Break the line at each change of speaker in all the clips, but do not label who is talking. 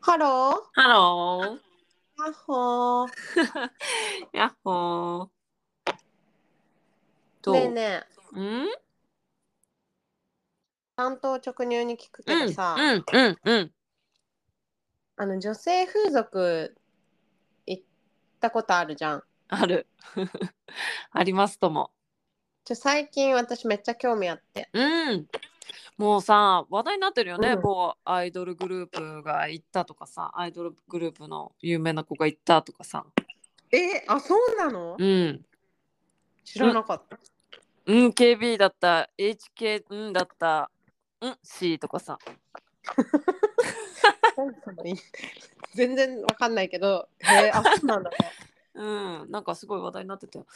ハロ
ハロ
ー。ヤッホー。
ー。やっほー。どう、
ねえねえ、
うん
単刀直入に聞くけ
う
ど
ん
さ、
うんうんうん。
あの女性風俗行ったことあるじゃん。
ある。 ありますとも。
ちょ最近私めっちゃ興味あって。
うん。もうさ、話題になってるよね。
うん
某アイドルグループが行ったとかさ、アイドルグループの有名な子が行ったとかさ。
え、あ、そうなの
うん。
知らなかった。
うん、KB だった、HK、うんだった、うん、C とかさ。
全然わかんないけど、へえ、あ、そう なんだね。
うん、なんかすごい話題になってたよ。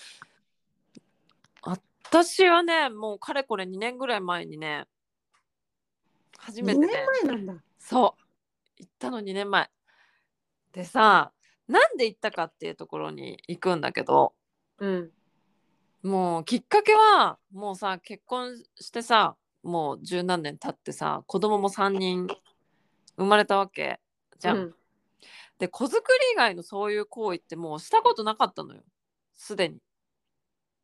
私はね、もうかれこれ2年ぐらい前にね、初め
2
てね
年、前なんだ。
そう、行ったの2年前。でさ、なんで行ったかっていうところに行くんだけど、
うん。
もうきっかけは、もうさ、結婚してさ、もう十何年経ってさ、子供も3人生まれたわけじゃん。
うん
で、子作り以外のそういう行為ってもうしたことなかったのよ、すでに。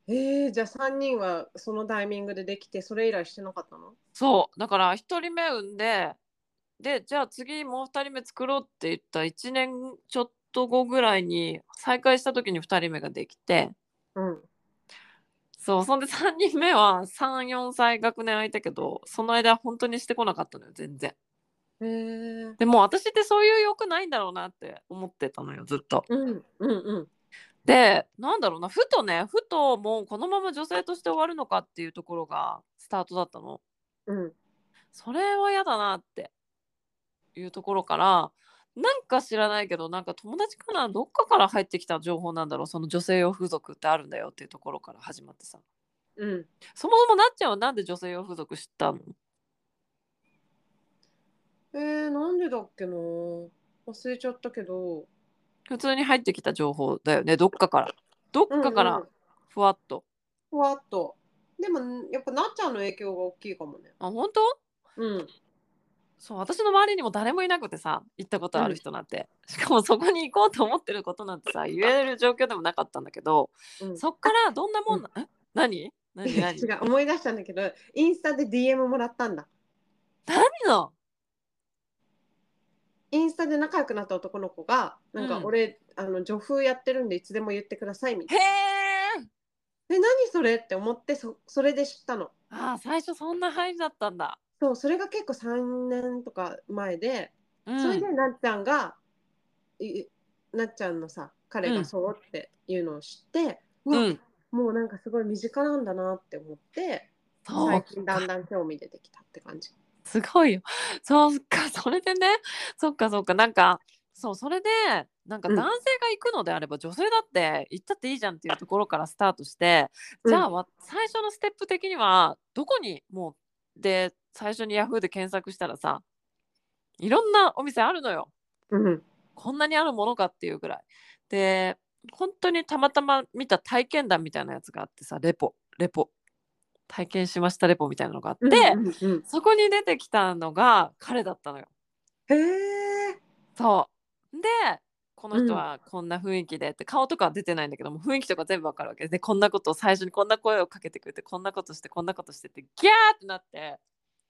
えー、じゃあ3人はそのタイミングでできて、それ以来してなかったの
そうだから1人目産んででじゃあ次もう2人目作ろうって言った1年ちょっと後ぐらいに再会した時に2人目ができて
うん。
そうそんで3人目は34歳学年空いたけどその間本当にしてこなかったのよ全然
へえ。
でもう私ってそういう欲ないんだろうなって思ってたのよずっと
うんうんうん。
でなんだろうなふとねふともうこのまま女性として終わるのかっていうところがスタートだったの
うん。
それは嫌だなっていうところからなんか知らないけどなんか友達からどっかから入ってきた情報なんだろうその女性用風俗ってあるんだよっていうところから始まってさ
うん。
そもそもなっちゃんはなんで女性用風俗知ったの
えー、なんでだっけな忘れちゃったけど。
普通に入ってきた情報だよねどっかからどっかか
うんう
ら
ん
ふわっと、
ふわっと。でも、やっぱなっちゃんの影響が大きいかもね。
あ本当
うん。
そう私の周りにも誰もいなくてさ行ったことある人なんて、しかもそこに行こうと思ってることなんてさ言える状況でもなかったんだけど
うん、
そっからどんなもんな、え何何何
違う、思い出したんだけど、インスタで DM もらったんだ。
何の
インスタで仲良くなった男の子が、なんか
うん
俺、あの女風やってるんでいつでも言ってくださいみたい
へ
な。
え。
え、何それって思ってそ、それで知ったの。
ああ、最初そんな入りだったんだ。
そう、それが結構3年とか前で、
うん、
それでなっちゃんが、いなっちゃんのさ、彼がそうっていうのを知って、うわ
うん、
もうなんかすごい身近なんだなって思って
そ
最
う
近だんだん興味出てきたって感じ。
すごいよ。そうか、それでね、そっかそっか、なんか、そう、それで、なんか
うん
男性が行くのであれば、女性だって行ったっていいじゃんっていうところからスタートして、
うん
じゃあ、わ最初のステップ的には、どこにもう、で、最初にヤフーで検索したらさ、いろんなお店あるのよ。
うん
こんなにあるものかっていうぐらい。で、本当にたまたま見た体験談みたいなやつがあってさ、レポ、レポ、体験しましたレポみたいなのがあって、
うんうんうん
そこに出てきたのが彼だったのよ。
へえ、
そう。で、この
うん
人はこんな雰囲気でって、顔とかは出てないんだけども、雰囲気とか全部わかるわけで、こんなことを最初にこんな声をかけてくれて、こんなことして、こんなことしてって、ギャーってなって、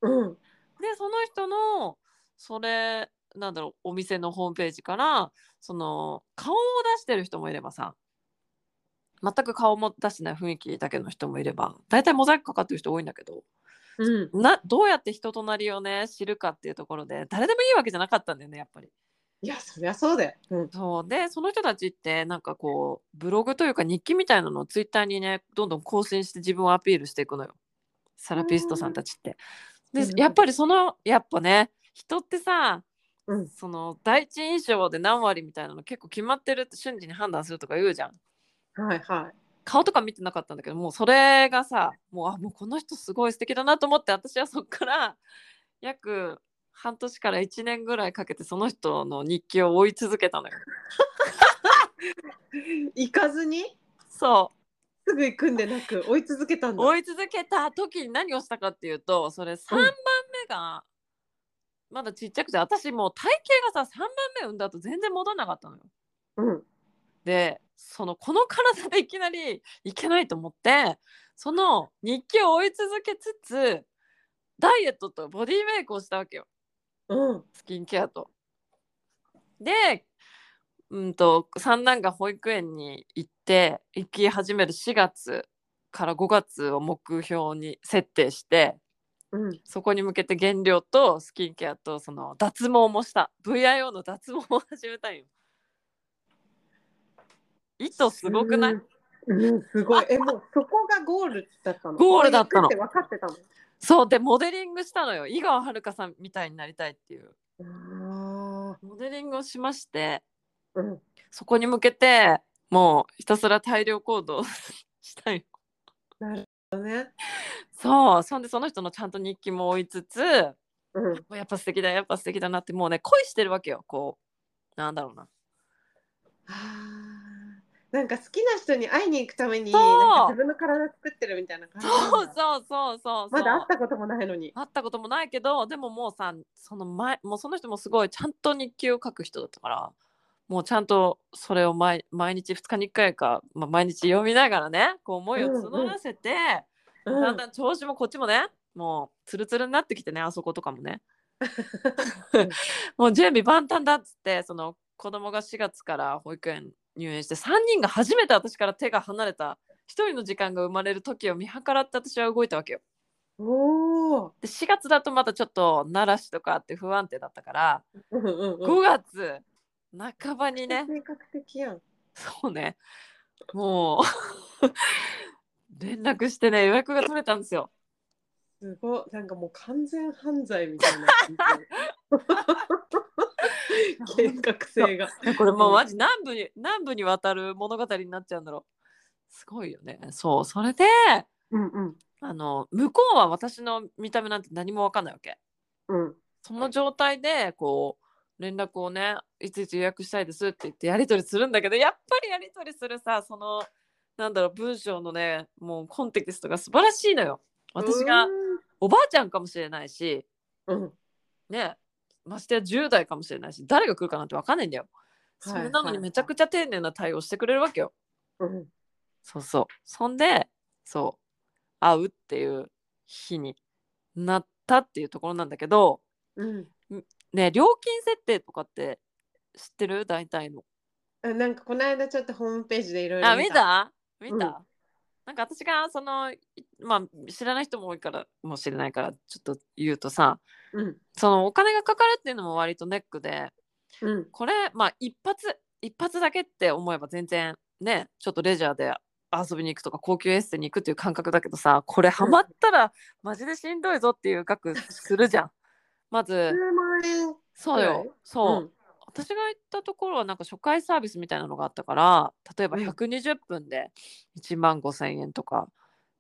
うん
でその人のそれなんだろうお店のホームページからその顔を出してる人もいればさ全く顔も出してない雰囲気だけの人もいれば大体モザイクかかってる人多いんだけど
うん
などうやって人となりをね知るかっていうところで誰でもいいわけじゃなかったんだよねやっぱり。
いやそりゃそうだよ。うん
そうでその人たちってなんかこうブログというか日記みたいなのをツイッターにねどんどん更新して自分をアピールしていくのよセラピストさんたちって。
うん
でやっぱりそのやっぱね人ってさ
うん
その第一印象で何割みたいなの結構決まってるって瞬時に判断するとか言うじゃん。
はいは
顔とか見てなかったんだけどもうそれがさもうあもうこの人すごい素敵だなと思って私はそっから 約半年から1年ぐらいかけてその人の日記を追い続けたのよ。
い。行かずに
そう
すぐ行くんでなく追い続けたんだ。
追い続けた時に何をしたかっていうとそれ3番目が、まだちっちゃくて私もう体型がさ3番目産んだ後全然戻んなかったのよ。
うん
でそのこの体でいきなりいけないと思ってその日記を追い続けつつダイエットとボディメイクをしたわけよ
うん
スキンケアと。で、うん、と三男が保育園に行って行き始める4月から5月を目標に設定して
うん
そこに向けて減量とスキンケアとその脱毛もした VIO の脱毛を始めたんよ。意図すごくない
うん、うんすごいえもうそこがゴールだったの
ゴールだった
こ
の
ういうことって分かって
そうでモデリングしたのよ井川遥さんみたいになりたいっていう
たのあ
モデリングをしまして
ーうん
そこに向けてもうひたすら大量行動したい
だね
そうそんでその人のちゃんと日記も追いつつや
うん
っぱ素敵だやっぱ素敵だなってもうね恋してるわけよこうなんだろうな
あーなんか好きな人に会いに行くために
そう
なんか自分の体作ってるみたいな感じなんだ
そうそうそうそうそう
まだ会ったこともないのに
会ったこともないけどでももうさその前もうその人もすごいちゃんと日記を書く人だったからもうちゃんとそれを毎毎日2日に1回か、まあ、毎日読みながらねこう思いを募らせて、
うん
だんだん調子もこっちもねもうツルツルになってきてねあそことかもね もう準備万端だっつってその子供が4月から保育園入園して3人が初めて私から手が離れた一人の時間が生まれる時を見計らって私は動いたわけよ。
おお
で4月だとまたちょっと奈良市とかあって不安定だったから、
うんうんうん
5月半ば にね
性格的やん
そうねもう連絡してね予約が取れたんですよ。
すごいなんかもう完全犯罪みたいな 計画性が
これもうマジ南部に南部にわたる物語になっちゃうんだろう。すごいよね。そうそれで
うんうん
あの向こうは私の見た目なんて何もわかんないわけ。
うん
その状態でこう連絡をねいついつ予約したいですって言ってやり取りするんだけどやっぱりやり取りするさそのなんだろう文章のねもうコンテキストが素晴らしいのよ。私がおばあちゃんかもしれないし
うん
ねましてや10代かもしれないし誰が来るかなんて分かんないんだよ。
はい
それなのにめちゃくちゃ丁寧な対応してくれるわけよ。
うん
そうそう。そんでそう会うっていう日になったっていうところなんだけど。
うん
ね料金設定とかって知ってる大体の。
あなんかこの間ちょっとホームページでいろいろ
あ見た見た、
うん
なんか私がそのいまあ知らない人も多いからもしれないからちょっと言うとさ
うん
そのお金がかかるっていうのも割とネックで
うん
これまあ一発一発だけって思えば全然ねちょっとレジャーで遊びに行くとか高級エステに行くっていう感覚だけどさこれハマったらマジでしんどいぞっていう額するじゃん。ま
10
ず
万円
そう
くらい
よそう。
ん
私が行ったところはなんか初回サービスみたいなのがあったから例えば
うん
120分で1万5,000円とか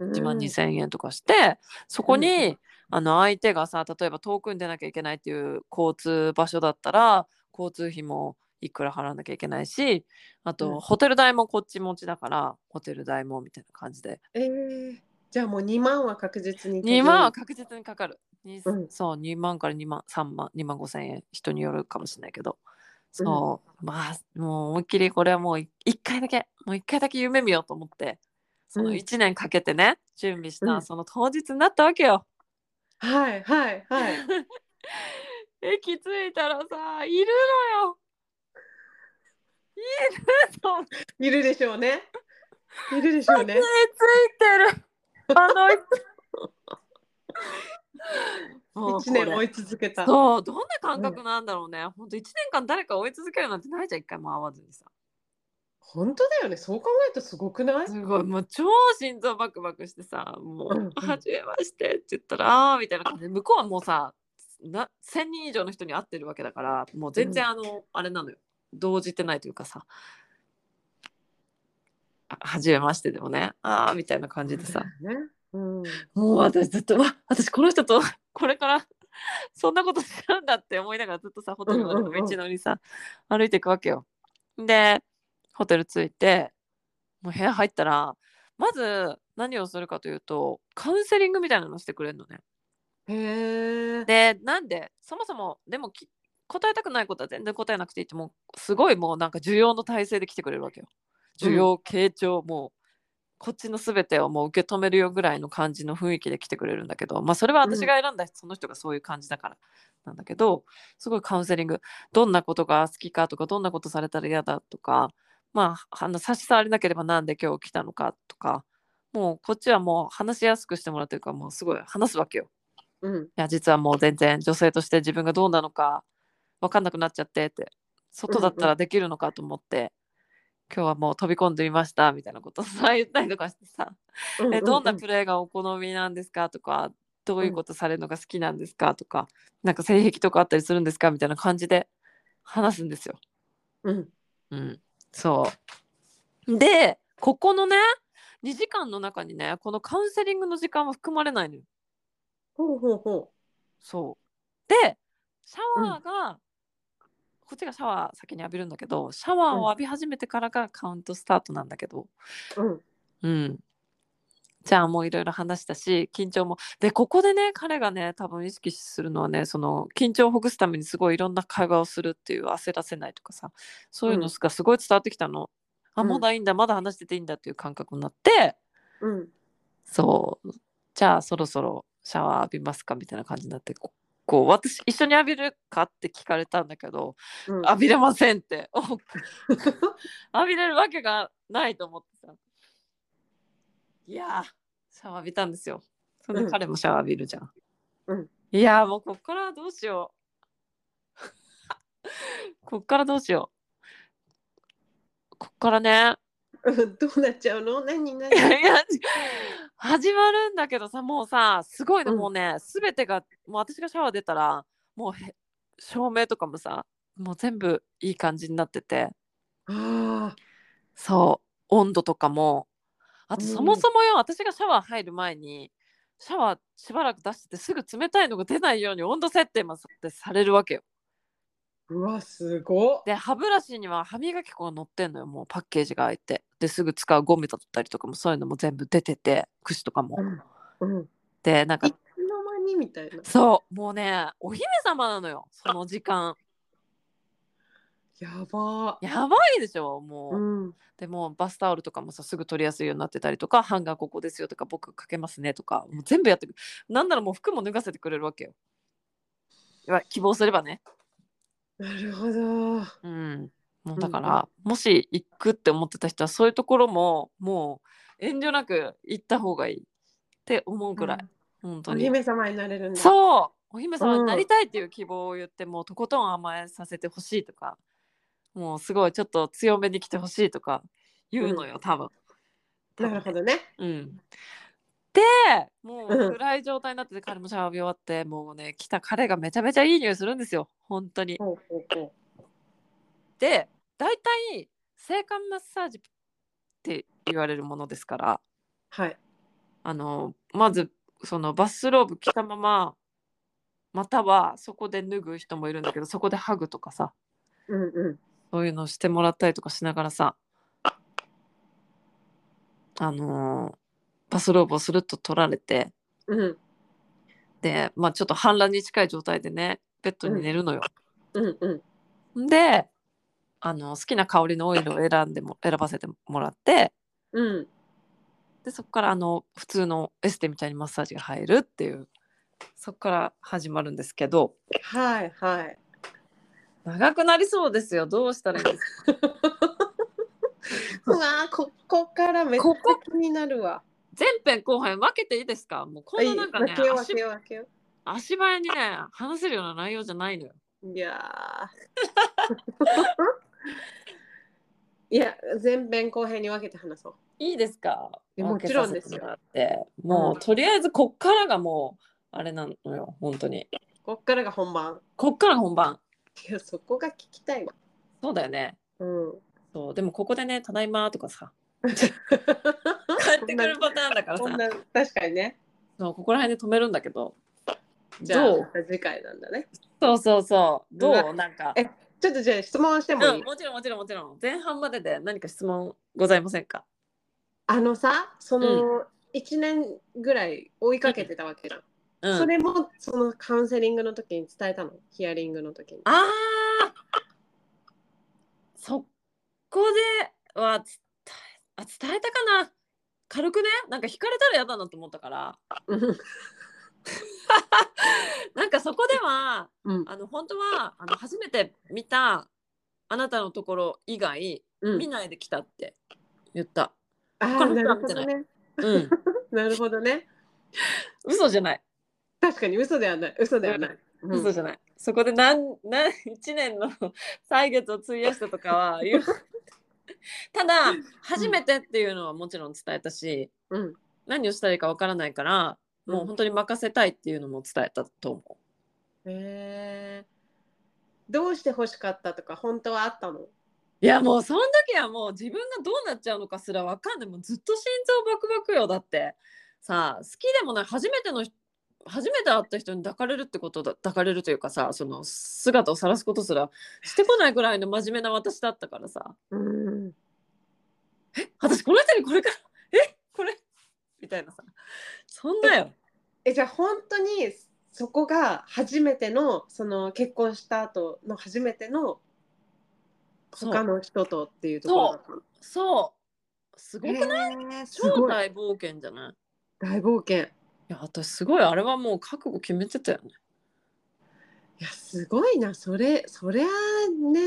うん
1万2,000円とかしてそこ
う
にあの相手がさ例えば遠くに出なきゃいけないっていう交通場所だったら交通費もいくら払わなきゃいけないしあ
うん
とホテル代もこっち持ちだからホテル代もみたいな感じで
えーじゃあもう2万は確実に
2万は確実にかかる、に
うん
そう2万から2万3万2万5千円人によるかもしれないけどそう、まあもう思いっきりこれはもう1回だけもう1回だけ夢見ようと思ってその
うん
1年かけてね準備した、
うん
その当日になったわけよ。
はいはいはい
駅着いたらさいるのよいると思って
いるでしょう ねいるでしょうね
ついてるあの人もう
1
これ
年追い続けた
そうどんな感覚なんだろうね、ほんと1年間誰か追い続けるなんてないじゃん1回も会わずにさ
本当だよねそう考えるとすごくない
すごいもう超心臓バクバクしてさ「も
うんうん
う初めまして」って言ったら「ああ」みたいな感じで向こうはもうさな1,000人以上の人に会ってるわけだからもう全
う
然あの、あれなのよ動じてないというかさ「あ初めまして」でもね「ああ」みたいな感じでさ
ねうん
もう私ずっと「うわ私この人と これからそんなことするんだ」って思いながらずっとさホテルまでの道のりさ、歩いていくわけよ。でホテル着いてもう部屋入ったらまず何をするかというとカウンセリングみたいなのしてくれるのね。
へえ。
でなんでそもそもでもき答えたくないことは全然答えなくていいってもうすごいもうなんか需要の体制で来てくれるわけよ。需要傾聴、もうこっちの全てをもう受け止めるよぐらいの感じの雰囲気で来てくれるんだけどまあそれは私が選んだ、その人がそういう感じだからなんだけどすごいカウンセリングどんなことが好きかとかどんなことされたら嫌だとかまああの差し障りなければなんで今日来たのかとかもうこっちはもう話しやすくしてもらってるからもうすごい話すわけよ。
うん。
いや実はもう全然女性として自分がどうなのか分かんなくなっちゃってって外だったらできるのかと思って、今日はもう飛び込んでみましたみたいなことを さ言ったりとかしてさ、
う
えどんなプ
レ
レーがお好みなんですかとかどういうことされるのが好きなんですかとか、なんか性癖とかあったりするんですかみたいな感じで話すんですよ。
うん。
うん、そうでここのね2時間の中にねこのカウンセリングの時間は含まれないのよ。
ほうほうほ
そう。で、シャワーが、こっちがシャワー先に浴びるんだけど、シャワーを浴び始めてからがカウントスタートなんだけど、
う。うん。
うん。じゃあもういろいろ話したし、緊張も。で、ここでね、彼がね、多分意識するのはね、その緊張をほぐすためにすごいいろんな会話をするっていう、焦らせないとかさ、そういうのがすごい伝わってきたの。あ、
うん
まだいいんだ、まだ話してていいんだっていう感覚になって、
うん。
そう。じゃあそろそろシャワー浴びますかみたいな感じになって、ここう私一緒に浴びるかって聞かれたんだけど、
うん。
浴びれませんって。 お浴びれるわけがないと思ってた。いやー、シャワー浴びたんですよ。それ
う
で
ん
彼もシャワー浴びるじゃん。
うん
いやーもうこっからはどうしよう。 こっからどうしよう。こっからね、
うん どうなっちゃうの何 何
いやいや始まるんだけどさもうさすごいの、
うん
もうね全てがもう私がシャワー出たらもうへ照明とかもさもう全部いい感じになってて
ああ。
そう温度とかもあと
うん
そもそもよ、私がシャワー入る前にシャワーしばらく出しててすぐ冷たいのが出ないように温度設定までされるわけよ
うわ、すごっ。
で歯ブラシには歯磨き粉が乗ってんのよもうパッケージが開いてですぐ使うゴムだったりとかもそういうのも全部出てて櫛とかも、
うん。うん。い
でなんか
つの間にみたいな。い
そうもうねお姫様なのよその時間
やば。
やばいでしょもう、
うん。
でもバスタオルとかもさすぐ取りやすいようになってたりとかハンガーここですよとか僕かけますねとかもう全部やってくなんならもう服も脱がせてくれるわけよいや希望すればね
なるほど。
うんもうだから、もし行くって思ってた人はそういうところももう遠慮なく行った方がいいって思うぐらい、本当
お
に
姫様になれるんだ。う。
そうお姫様になりたいっていう希望を言って、もうとことん甘えさせてほしいとかもうすごいちょっと強めに来てほしいとか言うのよ、多分。
なるほどね。
うん、でもう暗い状態になってて彼もシャワー浴び終わってもうね来た彼がめちゃめちゃいい匂いするんですよ本当に。
ほうほうほ
で大体性感マッサージって言われるものですから
う。はい。
あのまずそのバスローブ着たまままたはそこで脱ぐ人もいるんだけどそこでハグとかさ
うんう
そういうのをしてもらったりとかしながらさあのーバスローブをスルッと取られて
ん。うん。
で、まあ、ちょっと反乱に近い状態でねベッドに寝るのよ。
うんうん。
であの好きな香りのオイルを選んでも選ばせてもらって
うん。
でそこからあの普通のエステみたいにマッサージが入るっていうそこから始まるんですけど。
はいはい。
長くなりそうですよ。どうしたらいいですか。
うわーここからめっち
ここ
ゃ気になるわ。
前編後編分けていいですか。もうこんななんかね、
分けよう分
足
けよう分けよ
足早にね話せるような内容じゃないのよ。
う。いやー。いや前編後編に分けて話そう。
いいですか。
いやもちろんですよ
分けさせてもらってもうとりあえずこっからがもうあれなのよ。本当に。
こっからが本番。
こっから本番。
いやそこが聞きたいわ。
そうだよね。
うん。
そうでもここでねただいまとか さ帰ってくるパターンだから
こん
さ。
な確かにね。
そうここら辺で止めるんだけど。
じゃあ
どう。
また次回なんだね。
そうそうそう。ど
うわ
うなんか。
えちょっとじゃあ質問してもいい、
うん、もちろんもちろんもちろん前半までで何か質問ございませんか
あのさその、一1年ぐらい追いかけてたわけじゃん。
うん、
それもそのカウンセリングの時に伝えたのヒアリングの時に
ああそこでは伝えあ伝えたかな軽くねなんか引かれたら嫌だなと思ったから
うん
なんかそこでは
うん
あの本当はあの初めて見たあなたのところ以外
うん
見ないで来たって言った。
あ
他
ー
の人
なるほど
は
ね
うん、
なるほどね
嘘じゃない、
確かに嘘ではない嘘ではない、うん
嘘じゃない。そこで何何1年の 歳月を費やしたとかは言う ただ初めてっていうのはもちろん伝えたし、
うん
何をしたらいいかわからないからもう本当に任せたいっていうのも伝えたと思う。
へえどうして欲しかったとか本当はあったの
いやもうその時はもう自分がどうなっちゃうのかすらわかんないもうずっと心臓バクバクよだってさあ好きでもない初めての人初めて会った人に抱かれるってことだ抱かれるというかさその姿を晒すことすらしてこないぐらいの真面目な私だったからさ
うん
私この人にこれからえこれみたいなさそんなよ
えじゃあ本当にそこが初めてのその結婚した後の初めての
そ
他
う
の人とっていうところだったの
そうすごくない
ない、へーす
超
ごい
大冒険じゃない
大冒険
いや私すごいあれはもう覚悟決めてたよね
いやすごいなそれそりゃ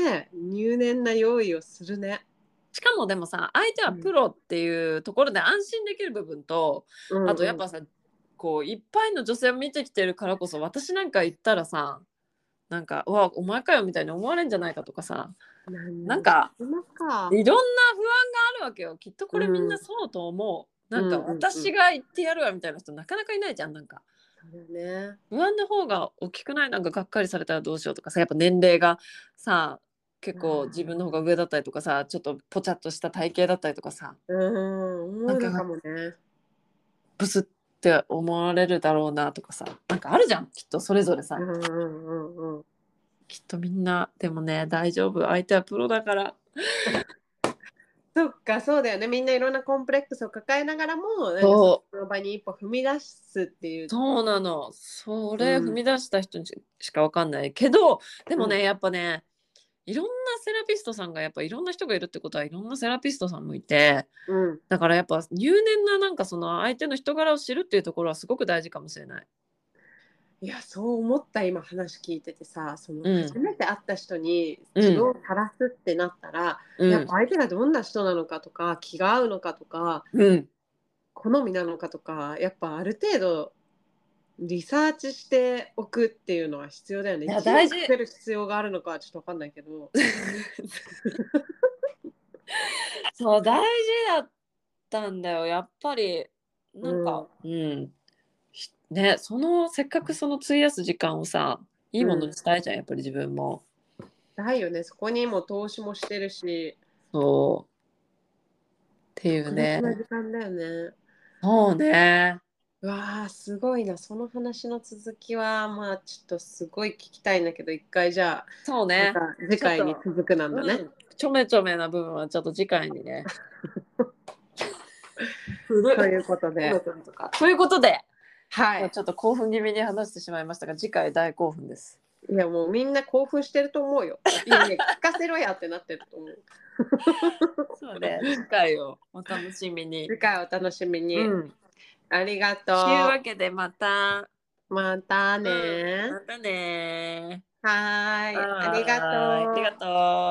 ね入念な用意をするね、
しかもでもさ相手はプロっていうところで安心できる部分と、
うんうん
あとやっぱさこういっぱいの女性を見てきてるからこそ私なんか言ったらさなんか「うわお前かよ」みたいに思われんじゃないかとかさなんか
いますか
いろんな不安があるわけよきっとこれみんなそうと
う
思う、
ん
な
うんん
か
うんうん
私が言ってやるわみたいな人なかなかいないじゃんなんか
そうだね
不安の方が大きくないなんかがっかりされたらどうしようとかさやっぱ年齢がさ結
う
構
ん
自分の方が上だったりとかさちょっとぽちゃっとした体型だったりとかさ
うん思うのかもね
ブスって思われるだろうなとかさなんかあるじゃんきっとそれぞれさ、
うんうんうんうん
きっとみんなでもね大丈夫相手はプロだから
そっかそうだよねみんないろんなコンプレックスを抱えながらもなんか
そ
その場に一歩踏み出すっていうう
そうなのそれ
うん
踏み出した人にししかわかんないけどでもね、
うん
やっぱねいろんなセラピストさんがやっぱいろんな人がいるってことはいろんなセラピストさんもいて
うん、
だからやっぱ入念ななんかその相手の人柄を知るっていうところはすごく大事かもしれない。
いやそう思った今話聞いててさその
うん
初めて会った人に
うん
自分をさらすってなったら、
う
やっ
ん
ぱ、相手がどんな人なのかとか気が合うのかとか
うん、
好みなのかとかやっぱある程度リサーチしておくっていうのは必要だよね。
いや
一年
大事
かける必要があるのかはちょっとわかんないけ ど。
そう大事だったんだよやっぱりなんかうん、ひねそのせっかくその費やす時間をさいいものにしたいじゃん、やっぱり自分も
ないよね。そこにも投資もしてるし、
そうっていう
特
ね
別な時間だよね。
そうね
うわあすごいな。その話の続きはまあちょっとすごい聞きたいんだけど、一回じゃ
そう
あ、
ね、
また次回に続くなんだね。
うんちょめちょめな部分はちょっと次回に ね
ということで、
ということで、
はい。
ちょっと興奮気味に話してしまいましたが次回大興奮です
いやもうみんな興奮してると 思うよ。いやいや聞かせろやってなってると思う。
そうね次回をお楽しみに
次回お楽しみに。
うん
ありがと
というわ
う。
けでまた。
またね。
またね
はーい。
はーい
ありがとう。
ありがとう。